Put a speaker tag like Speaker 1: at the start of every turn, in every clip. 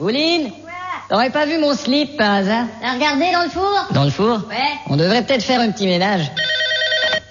Speaker 1: Pauline T'aurais pas vu mon slip par hasard
Speaker 2: T'as regardé dans le four
Speaker 1: Dans le four
Speaker 2: Ouais.
Speaker 1: On devrait peut-être faire un petit ménage.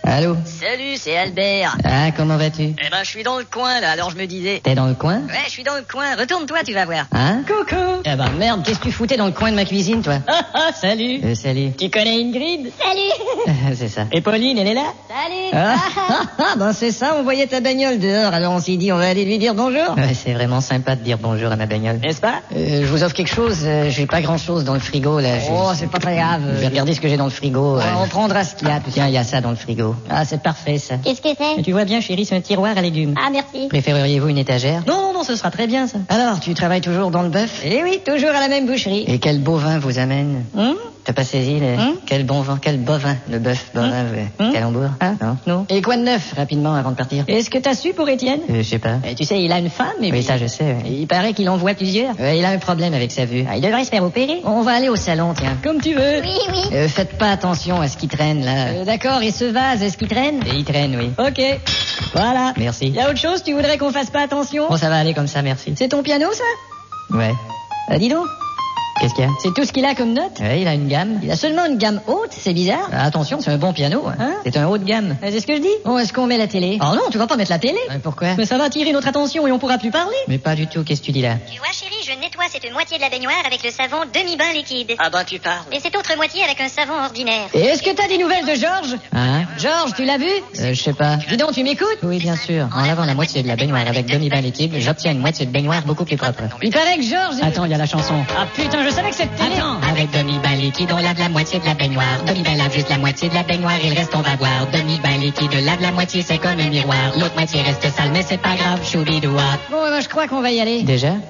Speaker 1: Allô
Speaker 3: Salut, c'est Albert.
Speaker 1: Ah, comment vas-tu
Speaker 3: Eh ben, je suis dans le coin, là, alors je me disais.
Speaker 1: T'es dans le coin
Speaker 3: Ouais, je suis dans le coin, retourne-toi, tu vas voir.
Speaker 1: Hein
Speaker 3: Coucou
Speaker 1: Eh ben merde, qu'est-ce que tu foutais dans le coin de ma cuisine, toi
Speaker 3: Ah ah, salut
Speaker 1: euh, Salut.
Speaker 3: Tu connais Ingrid
Speaker 2: Salut
Speaker 1: C'est ça. Et Pauline, elle est là
Speaker 2: Salut
Speaker 1: ah, ah, ah, ben c'est ça, on voyait ta bagnole dehors, alors on s'est dit on va aller lui dire bonjour. Ouais, c'est vraiment sympa de dire bonjour à ma bagnole.
Speaker 3: N'est-ce pas
Speaker 1: Euh, je vous offre quelque chose, euh, j'ai pas grand chose dans le frigo là.
Speaker 3: Oh, c'est
Speaker 1: pas très grave. Je vais regarder ce que j'ai dans le frigo.
Speaker 3: Ouais,
Speaker 1: on prendra ce qu'il y a. Tiens, il y a ça dans le frigo. Ah, c'est parfait ça.
Speaker 2: Qu'est-ce que c'est
Speaker 1: Tu vois bien, chérie, c'est un tiroir à légumes.
Speaker 2: Ah, merci.
Speaker 1: Préféreriez-vous une étagère
Speaker 3: Non, non, non, ce sera très bien, ça.
Speaker 1: Alors, tu travailles toujours dans le bœuf
Speaker 3: Eh oui, toujours à la même boucherie.
Speaker 1: Et quel beau vin vous amène
Speaker 3: Hum
Speaker 1: T'as pas saisi le...
Speaker 3: Hein
Speaker 1: Quel bon vin, quel beau vin, le bœuf, bon vin, euh,
Speaker 3: Hein
Speaker 1: calembour.
Speaker 3: Ah,
Speaker 1: non.
Speaker 3: non.
Speaker 1: Et quoi de neuf, rapidement, avant de partir
Speaker 3: Est-ce que t'as su pour Étienne
Speaker 1: Euh, Je sais pas.
Speaker 3: Eh, Tu sais, il a une femme, et
Speaker 1: Oui,
Speaker 3: puis-
Speaker 1: ça je sais. ouais.
Speaker 3: Il paraît qu'il en voit plusieurs.
Speaker 1: Ouais, il a un problème avec sa vue.
Speaker 3: Ah, il devrait se faire opérer.
Speaker 1: On va aller au salon, tiens.
Speaker 3: Comme tu veux.
Speaker 2: Oui, oui.
Speaker 1: Euh, faites pas attention à ce qui traîne là.
Speaker 3: Euh, D'accord, et ce vase, est-ce qu'il traîne
Speaker 1: Et il traîne, oui.
Speaker 3: Ok. Voilà.
Speaker 1: Merci.
Speaker 3: Y a autre chose, tu voudrais qu'on fasse pas attention
Speaker 1: Bon, ça va aller comme ça, merci.
Speaker 3: C'est ton piano, ça
Speaker 1: Ouais.
Speaker 3: Ah, Dis donc,
Speaker 1: Qu'est-ce qu'il y a
Speaker 3: c'est tout ce qu'il a comme note
Speaker 1: Ouais, il a une gamme.
Speaker 3: Il a seulement une gamme haute, c'est bizarre.
Speaker 1: Ah, Attention, c'est un bon piano. hein.
Speaker 3: Hein
Speaker 1: c'est un haut de gamme.
Speaker 3: Euh, C'est ce que je dis
Speaker 1: Bon, est-ce qu'on met la télé
Speaker 3: Oh non, tu vas pas mettre la télé
Speaker 1: Euh, Pourquoi
Speaker 3: Mais ça va attirer notre attention et on pourra plus parler
Speaker 1: Mais pas du tout, qu'est-ce que tu dis là
Speaker 2: Tu vois, chérie, je nettoie cette moitié de la baignoire avec le savon demi-bain liquide.
Speaker 3: Ah ben tu parles.
Speaker 2: Et cette autre moitié avec un savon ordinaire.
Speaker 3: Et est-ce que t'as des nouvelles de Georges
Speaker 1: Hein
Speaker 3: Georges, tu l'as vu
Speaker 1: Euh, Je sais pas.
Speaker 3: Dis donc, tu m'écoutes
Speaker 1: Oui, bien sûr. En lavant la moitié de la baignoire avec demi-bain liquide, j'obtiens une moitié de baignoire beaucoup plus propre.
Speaker 3: Il paraît que Georges...
Speaker 1: Attends, il y a la chanson.
Speaker 3: Ah putain, je savais que cette télé...
Speaker 1: Attends, avec demi-bain liquide, on lave la moitié de la baignoire. Demi-bain lave juste la moitié de la baignoire, il reste, on va voir. Demi-bain liquide, lave la moitié, c'est comme un miroir. L'autre moitié reste sale, mais c'est pas grave, choubidoua.
Speaker 3: Bon, eh ben, je crois qu'on va y aller.
Speaker 1: Déjà